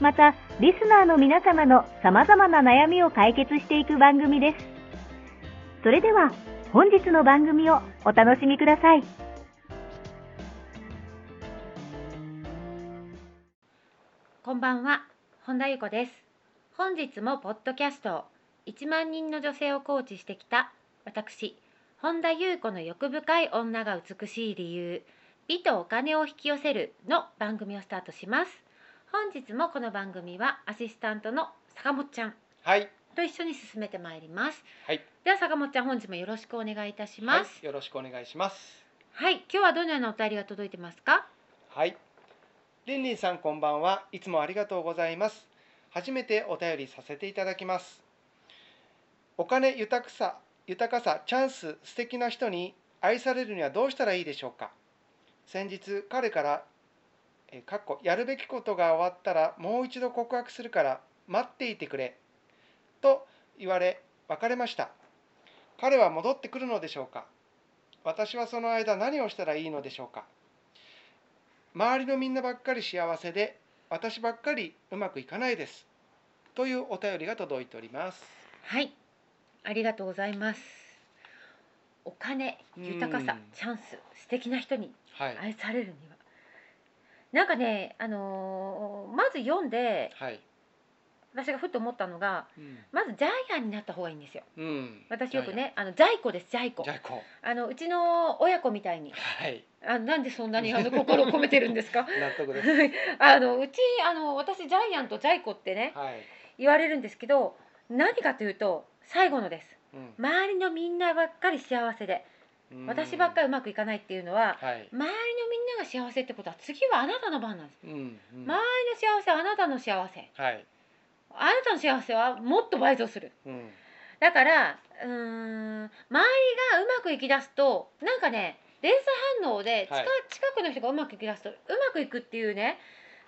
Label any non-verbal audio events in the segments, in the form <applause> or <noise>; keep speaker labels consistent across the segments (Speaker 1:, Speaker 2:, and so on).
Speaker 1: また、リスナーの皆様の様々な悩みを解決していく番組です。それでは、本日の番組をお楽しみください。
Speaker 2: こんばんは、本田裕子です。本日もポッドキャストを1万人の女性をコーチしてきた私、本田裕子の欲深い女が美しい理由、美とお金を引き寄せるの番組をスタートします。本日もこの番組はアシスタントの坂本ちゃん
Speaker 3: はい、
Speaker 2: と一緒に進めてまいります。
Speaker 3: はい、
Speaker 2: では坂本ちゃん本日もよろしくお願いいたし
Speaker 3: は
Speaker 2: ます。
Speaker 3: い、よろしくお願いします。
Speaker 2: はい、今日はどのようなお便りが届いてますか。
Speaker 3: はい、りんりんさんこんばんは。いつもありがとうございます。初めてお便りさせていただきます。お金豊かさ、豊かさ、チャンス、素敵な人に愛されるにはどうしたらいいでしょうか。先日彼から、えーかっこやるべきことが終わったらもう一度告白するから待っていてくれと言われ別れました。彼は戻ってくるのでしょうか。私はその間何をしたらいいのでしょうか。周りのみんなばっかり幸せで私ばっかりうまくいかないですというお便りが届いております
Speaker 2: はい、ありがとうございます。お金、豊かさ
Speaker 3: うん、
Speaker 2: チャンス、素敵な人に
Speaker 3: はい
Speaker 2: 愛されるには。なんかね、あのーまず読んで、
Speaker 3: はい
Speaker 2: 私がふと思ったのが、
Speaker 3: うん、
Speaker 2: まずジャイアンになった方がいいんですよ。
Speaker 3: うん
Speaker 2: 私よくね、あの在庫です、在庫
Speaker 3: じ。ゃあこ
Speaker 2: あのうちの親子みたいに
Speaker 3: う、はい
Speaker 2: あなんでそんなにあの心を込めてるん
Speaker 3: <laughs>
Speaker 2: ですか。
Speaker 3: 納
Speaker 2: <laughs>
Speaker 3: 得です
Speaker 2: はいあのうち、あの私ジャイアンと在庫ってね、
Speaker 3: はい、
Speaker 2: 言われるんですけど、何かというと、最後のです。
Speaker 3: うん
Speaker 2: 周りのみんなばっかり幸せで
Speaker 3: うん、
Speaker 2: 私ばっかりうまくいかないっていうのは
Speaker 3: はい、
Speaker 2: 周りのみんなが幸せってことは次はあなたの番なんです
Speaker 3: うんうん
Speaker 2: 周りの幸せはあなたの幸せ
Speaker 3: はい、
Speaker 2: あなたの幸せはもっと倍増する
Speaker 3: うん、
Speaker 2: だからうーん周りがうまくいきだすとなんかね連鎖反応で近,、
Speaker 3: はい
Speaker 2: 近くの人がうまくいきだすとうまくいくっていうね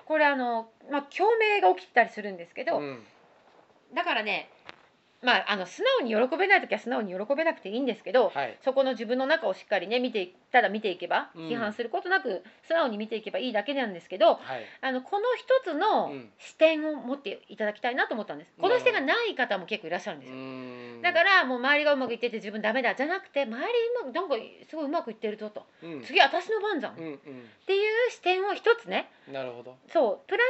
Speaker 2: これあの、まあ、共鳴が起きたりするんですけど、
Speaker 3: うん
Speaker 2: だからねまああの素直に喜べない時は素直に喜べなくていいんですけど、
Speaker 3: はい
Speaker 2: そこの自分の中をしっかりね見ていただ見ていけば
Speaker 3: うん
Speaker 2: 批判することなく素直に見ていけばいいだけなんですけど、
Speaker 3: はい
Speaker 2: あのこの一つの
Speaker 3: うん
Speaker 2: 視点を持っていただきたいなと思ったんです、この視点がない方も結構いらっしゃるんです
Speaker 3: う
Speaker 2: よ、
Speaker 3: ん
Speaker 2: だからもう周りがうまくいってて自分ダメだじゃなくて周りうまくなんかすごいうまくいってるぞと
Speaker 3: うん
Speaker 2: 次私の番じゃん、
Speaker 3: う
Speaker 2: っ
Speaker 3: ん
Speaker 2: ていう視点を一つね
Speaker 3: うんなるほど
Speaker 2: そうプラ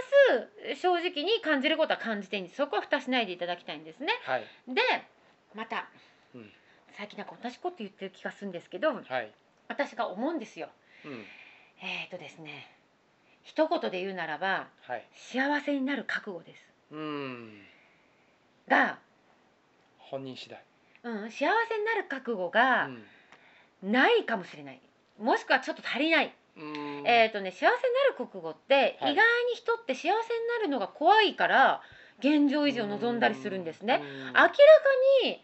Speaker 2: ス正直に感じることは感じていいんですそこは蓋しないでいただきたいんですね
Speaker 3: はい
Speaker 2: でまた、
Speaker 3: うん
Speaker 2: 最近なんか同じこと言ってる気がするんですけど、
Speaker 3: はい
Speaker 2: 私が思うんですよ
Speaker 3: うん
Speaker 2: えーとですね一言で言うならば
Speaker 3: はい
Speaker 2: 幸せになる覚悟です
Speaker 3: うん
Speaker 2: が、
Speaker 3: 本人次第
Speaker 2: うん、幸せになる覚悟がないかもしれない、もしくはちょっと足りない、
Speaker 3: うんうん
Speaker 2: えーとね幸せになる覚悟って、
Speaker 3: はい
Speaker 2: 意外に人って幸せになるのが怖いから現状維持を望んだりするんですね、
Speaker 3: うん
Speaker 2: 明らかに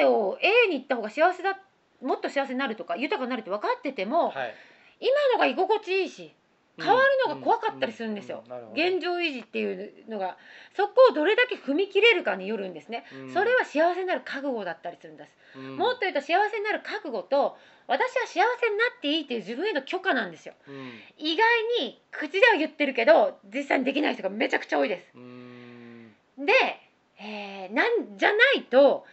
Speaker 2: A を A に行った方が幸せだもっと幸せになるとか豊かになるって分かってても、
Speaker 3: はい
Speaker 2: 今のが居心地いいし変わるのが怖かったりするんですよ
Speaker 3: うううなる
Speaker 2: 現状維持っていうのがそこをどれだけ踏み切れるかによるんですね、
Speaker 3: ほどうん
Speaker 2: それは幸せになる覚悟だったりするんです、
Speaker 3: うん
Speaker 2: もっと言うと幸せになる覚悟と私は幸せになっていいっていう自分への許可なんですよ
Speaker 3: うん
Speaker 2: 意外に口では言ってるけど実際にできない人がめちゃくちゃ多いで
Speaker 3: うーん
Speaker 2: すで、えーなんじゃないと、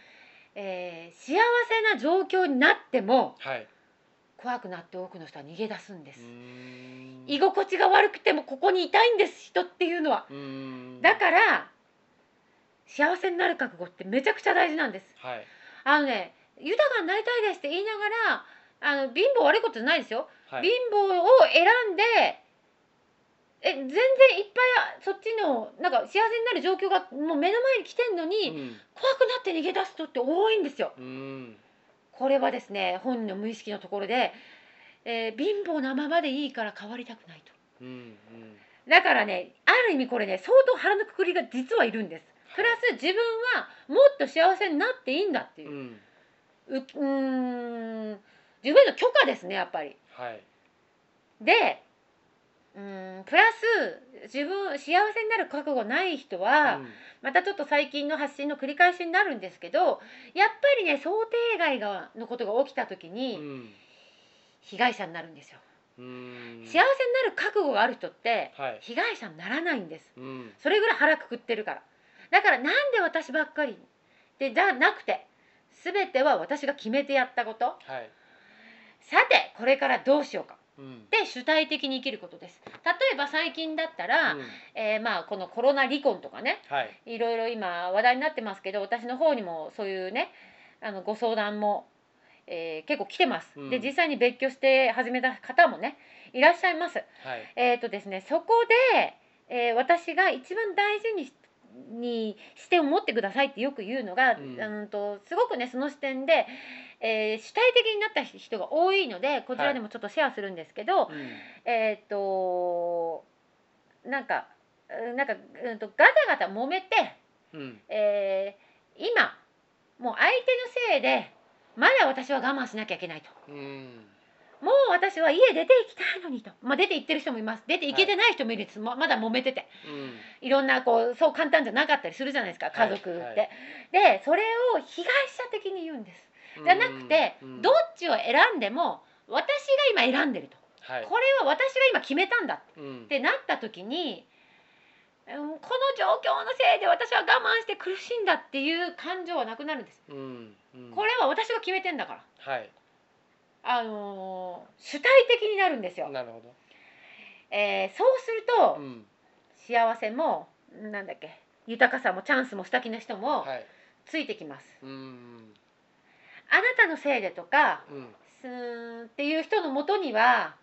Speaker 2: えー幸せな状況になっても
Speaker 3: はい。
Speaker 2: こ怖くなって多くの人は逃げ出すんです、
Speaker 3: ん
Speaker 2: 居心地が悪くてもここにいたいんです人っていうのは
Speaker 3: うん
Speaker 2: だから幸せになる覚悟ってめちゃくちゃ大事なんです
Speaker 3: はい
Speaker 2: あのね豊かになりたいですって言いながらあの貧乏悪いことじゃないですよ、
Speaker 3: はい
Speaker 2: 貧乏を選んでえ全然いっぱいあそっちのなんか幸せになる状況がもう目の前に来てんのに、怖くなって逃げ出す人って多いんですよ
Speaker 3: うんうん
Speaker 2: これはですね本人の無意識のところで、えー貧乏なままでいいから変わりたくないと
Speaker 3: うんうん
Speaker 2: だからねある意味これね相当腹のくくりが実はいるんですプラス自分はもっと幸せになっていいんだっていうう,、
Speaker 3: ん
Speaker 2: ううーん自分への許可ですねやっぱり
Speaker 3: はい
Speaker 2: でうーんプラス自分幸せになる覚悟ない人は、
Speaker 3: うん
Speaker 2: またちょっと最近の発信の繰り返しになるんですけどやっぱりね想定外がのことが起きた時に、
Speaker 3: うん
Speaker 2: 被害者になるんですよ、
Speaker 3: うん
Speaker 2: 幸せになる覚悟がある人って
Speaker 3: はい
Speaker 2: 被害者にならないんです
Speaker 3: うん
Speaker 2: それぐらい腹くくってるからだからなんで私ばっかりでじゃなくて全ては私が決めてやったこと
Speaker 3: はい
Speaker 2: さてこれからどうしようか
Speaker 3: うん
Speaker 2: で主体的に生きることです例えば最近だったら、
Speaker 3: うん
Speaker 2: えーまあこのコロナ離婚とかね
Speaker 3: はい
Speaker 2: いろいろ今話題になってますけど私の方にもそういうねあのご相談も、えー結構来てます、
Speaker 3: うん
Speaker 2: で実際に別居して始めた方もねいらっしゃいます
Speaker 3: はい
Speaker 2: えーとですね、そこで、えー私が一番大事にしに視点を持ってくださいってよく言うのが、
Speaker 3: うん
Speaker 2: うんとすごくねその視点で、えー主体的になった人が多いのでこちらでもちょっとシェアするんですけど、
Speaker 3: うん
Speaker 2: えっ、となんかうんなんか、うん、とガタガタ揉めて、
Speaker 3: うん
Speaker 2: えー今もう相手のせいでまだ私は我慢しなきゃいけないと。
Speaker 3: うん
Speaker 2: もう私は家出て行きたいのにと、まあ、出て行ってる人もいます出て行けてない人もいるんです、ままだ揉めてて
Speaker 3: うん
Speaker 2: いろんなこうそう簡単じゃなかったりするじゃないですか家族って、
Speaker 3: はいはい
Speaker 2: でそれを被害者的に言うんですじゃなくて、
Speaker 3: うん
Speaker 2: どっちを選んでも私が今選んでると、
Speaker 3: はい
Speaker 2: これは私が今決めたんだ
Speaker 3: うん
Speaker 2: ってなった時に、うん、この状況のせいで私は我慢して苦しいんだっていう感情はなくなるんです、
Speaker 3: うんうん
Speaker 2: これは私が決めてんだから
Speaker 3: はい
Speaker 2: あのー主体的になるんですよ
Speaker 3: なるほ
Speaker 2: えーそうすると
Speaker 3: ど、うん
Speaker 2: 幸せもなんだっけ豊かさもチャンスも素敵な人も
Speaker 3: はい
Speaker 2: ついてきます、
Speaker 3: うん
Speaker 2: あなたのせいでとか
Speaker 3: うん
Speaker 2: すーんっていう人のもとには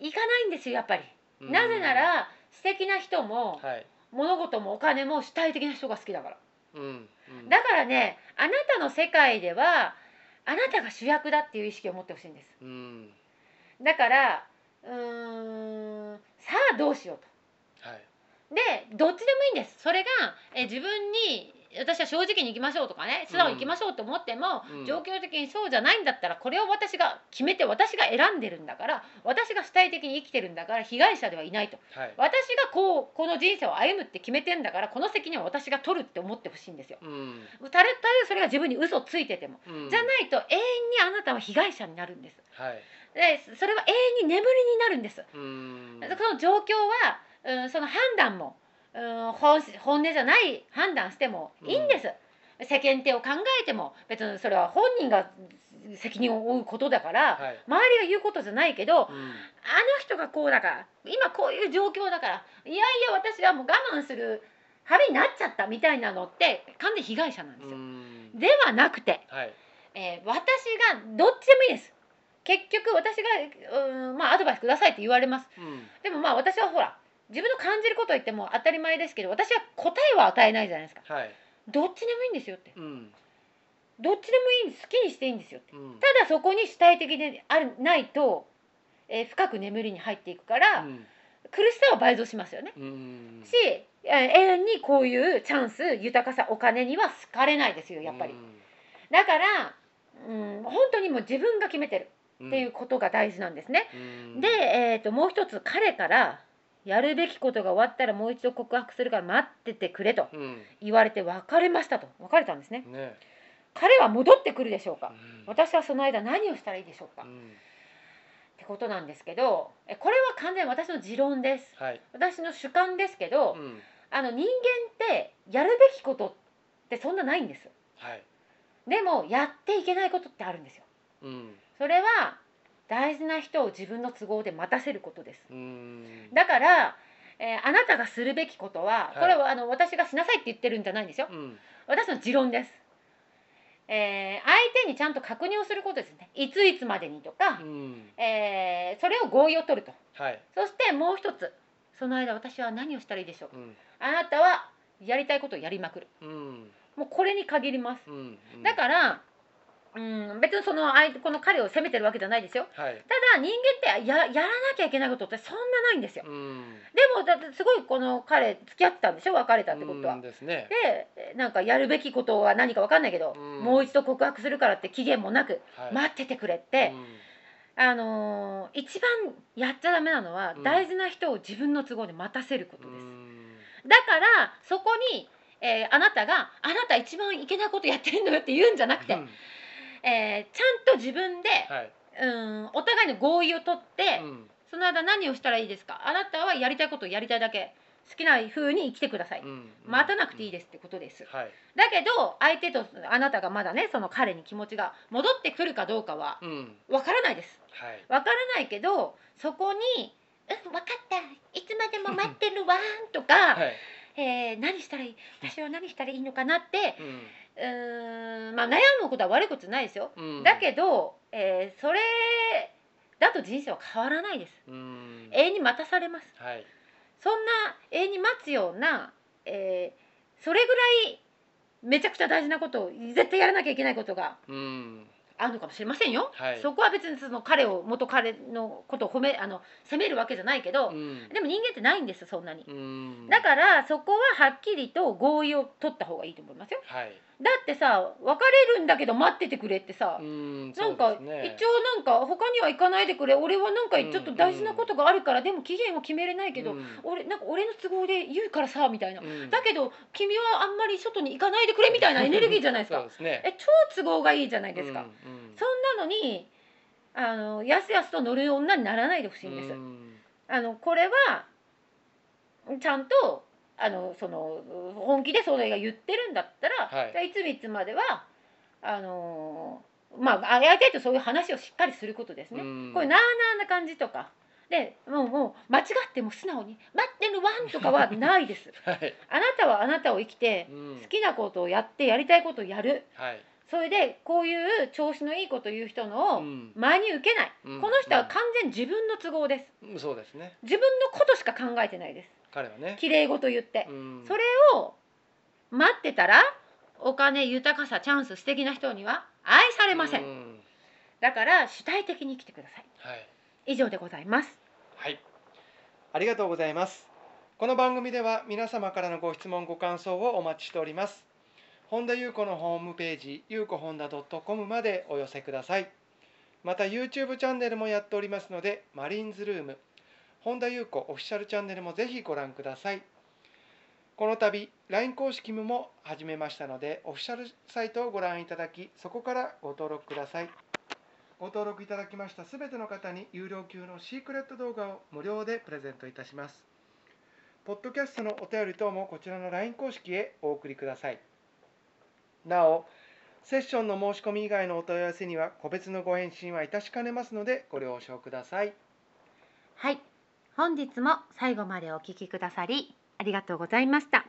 Speaker 2: 行かないんですよやっぱり、
Speaker 3: うん
Speaker 2: なぜなら素敵な人も、
Speaker 3: はい
Speaker 2: 物事もお金も主体的な人が好きだから
Speaker 3: うんうん
Speaker 2: だからねあなたの世界ではあなたが主役だっていう意識を持ってほしいんです
Speaker 3: うん
Speaker 2: だからうーんさあどうしようと
Speaker 3: はい
Speaker 2: でどっちでもいいんですそれがえ自分に私は正直に行きましょうとかね素直に行きましょうと思っても、
Speaker 3: うん
Speaker 2: 状況的にそうじゃないんだったらこれを私が決めて私が選んでるんだから私が主体的に生きてるんだから被害者ではいないと
Speaker 3: はい
Speaker 2: 私がこうこの人生を歩むって決めてんだからこの責任は私が取るって思ってほしいんですよ。
Speaker 3: うん
Speaker 2: たるたるそれが自分に嘘ついてても
Speaker 3: うん
Speaker 2: じゃないと永遠にあなたは被害者になるんです。
Speaker 3: はい
Speaker 2: でそれは永遠に眠りになるんです。
Speaker 3: うん
Speaker 2: その状況は、うん、その判断も、うん、本本音じゃない判断してもいいんです、世間体を考えても別にそれは本人が責任を負うことだから、
Speaker 3: はい
Speaker 2: 周りが言うことじゃないけどあの
Speaker 3: うん
Speaker 2: 人がこうだから今こういう状況だからいやいや私はもう我慢する羽目になっちゃったみたいなのって完全に被害者なんです
Speaker 3: う
Speaker 2: よ、
Speaker 3: ん
Speaker 2: ではなくて
Speaker 3: はい
Speaker 2: えー私がどっちでもいいです結局私が、うんまあ、アドバイスくださいって言われます
Speaker 3: うん
Speaker 2: でもまあ私はほら自分の感じることを言っても当たり前ですけど私は答えは与えないじゃないですか
Speaker 3: はい
Speaker 2: どっちでもいいんですよって
Speaker 3: うん
Speaker 2: どっちでもいいんです好きにしていいんですよって
Speaker 3: うん
Speaker 2: ただそこに主体的であるないと、えー深く眠りに入っていくから、
Speaker 3: うん
Speaker 2: 苦しさは倍増しますよね、
Speaker 3: うん
Speaker 2: し、えー永遠にこういうチャンス豊かさお金には好かれないですよやっぱり、だから、うん、本当にもう自分が決めてる
Speaker 3: うん
Speaker 2: っていうことが大事なんですね、
Speaker 3: うん
Speaker 2: で、えー、ともう一つ彼から「やるべきことが終わったらもう一度告白するから待っててくれ」と
Speaker 3: うん
Speaker 2: 言われて別れましたと別れたんですね
Speaker 3: ね
Speaker 2: 彼は戻ってくるでしょうか
Speaker 3: うん
Speaker 2: 私はその間何をしたらいいでしょうか
Speaker 3: う
Speaker 2: っ
Speaker 3: ん
Speaker 2: てことなんですけどえこれは完全に私の持論です
Speaker 3: はい
Speaker 2: 私の主観ですけど
Speaker 3: うん
Speaker 2: あの人間ってやるべきことってそんなないんです
Speaker 3: はい
Speaker 2: でもやっていけないことってあるんですよ
Speaker 3: うん
Speaker 2: それは大事な人を自分の都合で待たせることです
Speaker 3: うーん
Speaker 2: だから、えーあなたがするべきことは、
Speaker 3: はい
Speaker 2: これはあの私がしなさいって言ってるんじゃないんですよ
Speaker 3: うん
Speaker 2: 私の持論です、えー相手にちゃんと確認をすることですねいついつまでにとか
Speaker 3: う、ん
Speaker 2: えーそれを合意を取ると
Speaker 3: はい
Speaker 2: そしてもう一つその間私は何をしたらいいでしょうか
Speaker 3: うん
Speaker 2: あなたはやりたいことをやりまくる
Speaker 3: うん
Speaker 2: もうこれに限ります
Speaker 3: うんうん
Speaker 2: だからうん別にその相手この彼を責めてるわけじゃないですよ
Speaker 3: はい
Speaker 2: ただ人間ってややらなきゃいけないことってそんなないんですよ
Speaker 3: うん
Speaker 2: でもだってすごいこの彼付き合ってたんでしょ別れたってことは。
Speaker 3: うんですね
Speaker 2: でえなんかやるべきことは何か分かんないけど、
Speaker 3: うん
Speaker 2: もう一度告白するからって期限もなく
Speaker 3: はい
Speaker 2: 待っててくれって
Speaker 3: う、ん
Speaker 2: あのー一番やっちゃダメなのは、
Speaker 3: うん
Speaker 2: 大事な人を自分の都合で待たせること
Speaker 3: う
Speaker 2: です、
Speaker 3: ん
Speaker 2: だからそこに、えーあなたが「あなた一番いけないことやってるのよ」って言うんじゃなくて、
Speaker 3: うん
Speaker 2: えーちゃんと自分で、
Speaker 3: はい
Speaker 2: うんお互いの合意を取って、
Speaker 3: うん
Speaker 2: その間何をしたらいいですかあなたはやりたいことをやりたいだけ好きな風に生きてください、
Speaker 3: うん
Speaker 2: 待たなくていいですすってことです、
Speaker 3: はい
Speaker 2: だけど相手とあなたがまだねその彼に気持ちが戻ってくるかどうかは
Speaker 3: うん
Speaker 2: わからないです
Speaker 3: はい
Speaker 2: わからないけどそこに「うん分かったいつまでも待ってるわ」とか、
Speaker 3: はい
Speaker 2: えー何したらいい私は何したらいいのかなって
Speaker 3: うん
Speaker 2: うーんまあ悩むことは悪いことじゃないですよ、
Speaker 3: うん
Speaker 2: だけど、えーそれだと人生は変わらないです
Speaker 3: うん
Speaker 2: 永遠に待たされます
Speaker 3: はい
Speaker 2: そんな永遠に待つような、えーそれぐらいめちゃくちゃ大事なことを絶対やらなきゃいけないことが
Speaker 3: うん
Speaker 2: あるのかもしれませんよ。
Speaker 3: はい
Speaker 2: そこは別にその彼を元彼のことを褒めあの責めるわけじゃないけど、
Speaker 3: うん
Speaker 2: でも人間ってないんですそんなに。
Speaker 3: うん
Speaker 2: だからそこははっきりと合意を取った方がいいと思いますよ。
Speaker 3: はい
Speaker 2: だってさ別れるんだけど待っててくれってさ、
Speaker 3: うん
Speaker 2: なんか
Speaker 3: そうですね
Speaker 2: 一応なんか他には行かないでくれ俺はなんかちょっと大事なことがあるから、でも期限を決めれないけど、
Speaker 3: うん
Speaker 2: 俺なんか俺の都合で言うからさみたいな、
Speaker 3: うん
Speaker 2: だけど君はあんまり外に行かないでくれみたいなエネルギーじゃないです
Speaker 3: そう
Speaker 2: か
Speaker 3: ですね
Speaker 2: え超都合がいいじゃないですか、
Speaker 3: うんうん
Speaker 2: そんなのにあのやすやすと乗る女にならないでほしいんです、
Speaker 3: うん
Speaker 2: あのこれはちゃんとあのその本気でそれが言ってるんだったら、
Speaker 3: はい
Speaker 2: じゃあいつもいつまではあのまあ相手とそういう話をしっかりすることですね、
Speaker 3: うん
Speaker 2: こういうなあなあな感じとかでもうもう間違っても素直に「待ってるわん」とかはないです
Speaker 3: はい
Speaker 2: あなたはあなたを生きて
Speaker 3: うん
Speaker 2: 好きなことをやってやりたいことをやる
Speaker 3: はい
Speaker 2: それでこういう調子のいいことを言う人のを
Speaker 3: うん
Speaker 2: 真に受けない、
Speaker 3: うん
Speaker 2: この人は完全自分の都合です
Speaker 3: うんそうですね
Speaker 2: 自分のことしか考えてないです
Speaker 3: 彼はね
Speaker 2: 綺麗事言って、
Speaker 3: うん
Speaker 2: それを待ってたらお金豊かさチャンス素敵な人には愛されません、
Speaker 3: うん
Speaker 2: だから主体的に生きてくださ
Speaker 3: はい
Speaker 2: い以上でございます
Speaker 3: はい、ありがとうございます。この番組では皆様からのご質問ご感想をお待ちしております。本田裕子のホームページ、ゆうこ本田 .com までお寄せください。また YouTube チャンネルもやっておりますので、マリーンズルーム、本田裕子オフィシャルチャンネルもぜひご覧ください。この度、LINE 公式も始めましたので、オフィシャルサイトをご覧いただき、そこからご登録ください。ご登録いただきましたすべての方に有料級のシークレット動画を無料でプレゼントいたします。ポッドキャストのお便り等もこちらの LINE 公式へお送りください。なお、セッションの申し込み以外のお問い合わせには個別のご返信はいたしかねますのでご了承ください。
Speaker 2: はい本日も最後までお聞きくださりありがとうございました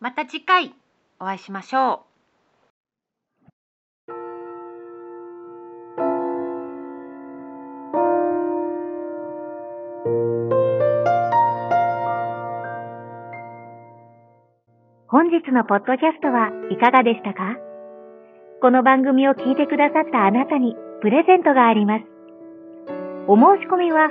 Speaker 2: また次回お会いしましょう
Speaker 1: 本日のポッドキャストはいかがでしたかこの番組を聞いてくださったあなたにプレゼントがあります。お申し込みは、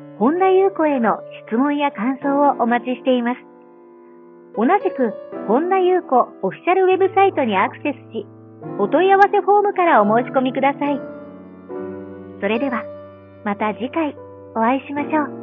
Speaker 1: 本田ゆうこへの質問や感想をお待ちしています。同じく、本田ゆうこオフィシャルウェブサイトにアクセスし、お問い合わせフォームからお申し込みください。それでは、
Speaker 2: また次回お会いしましょう。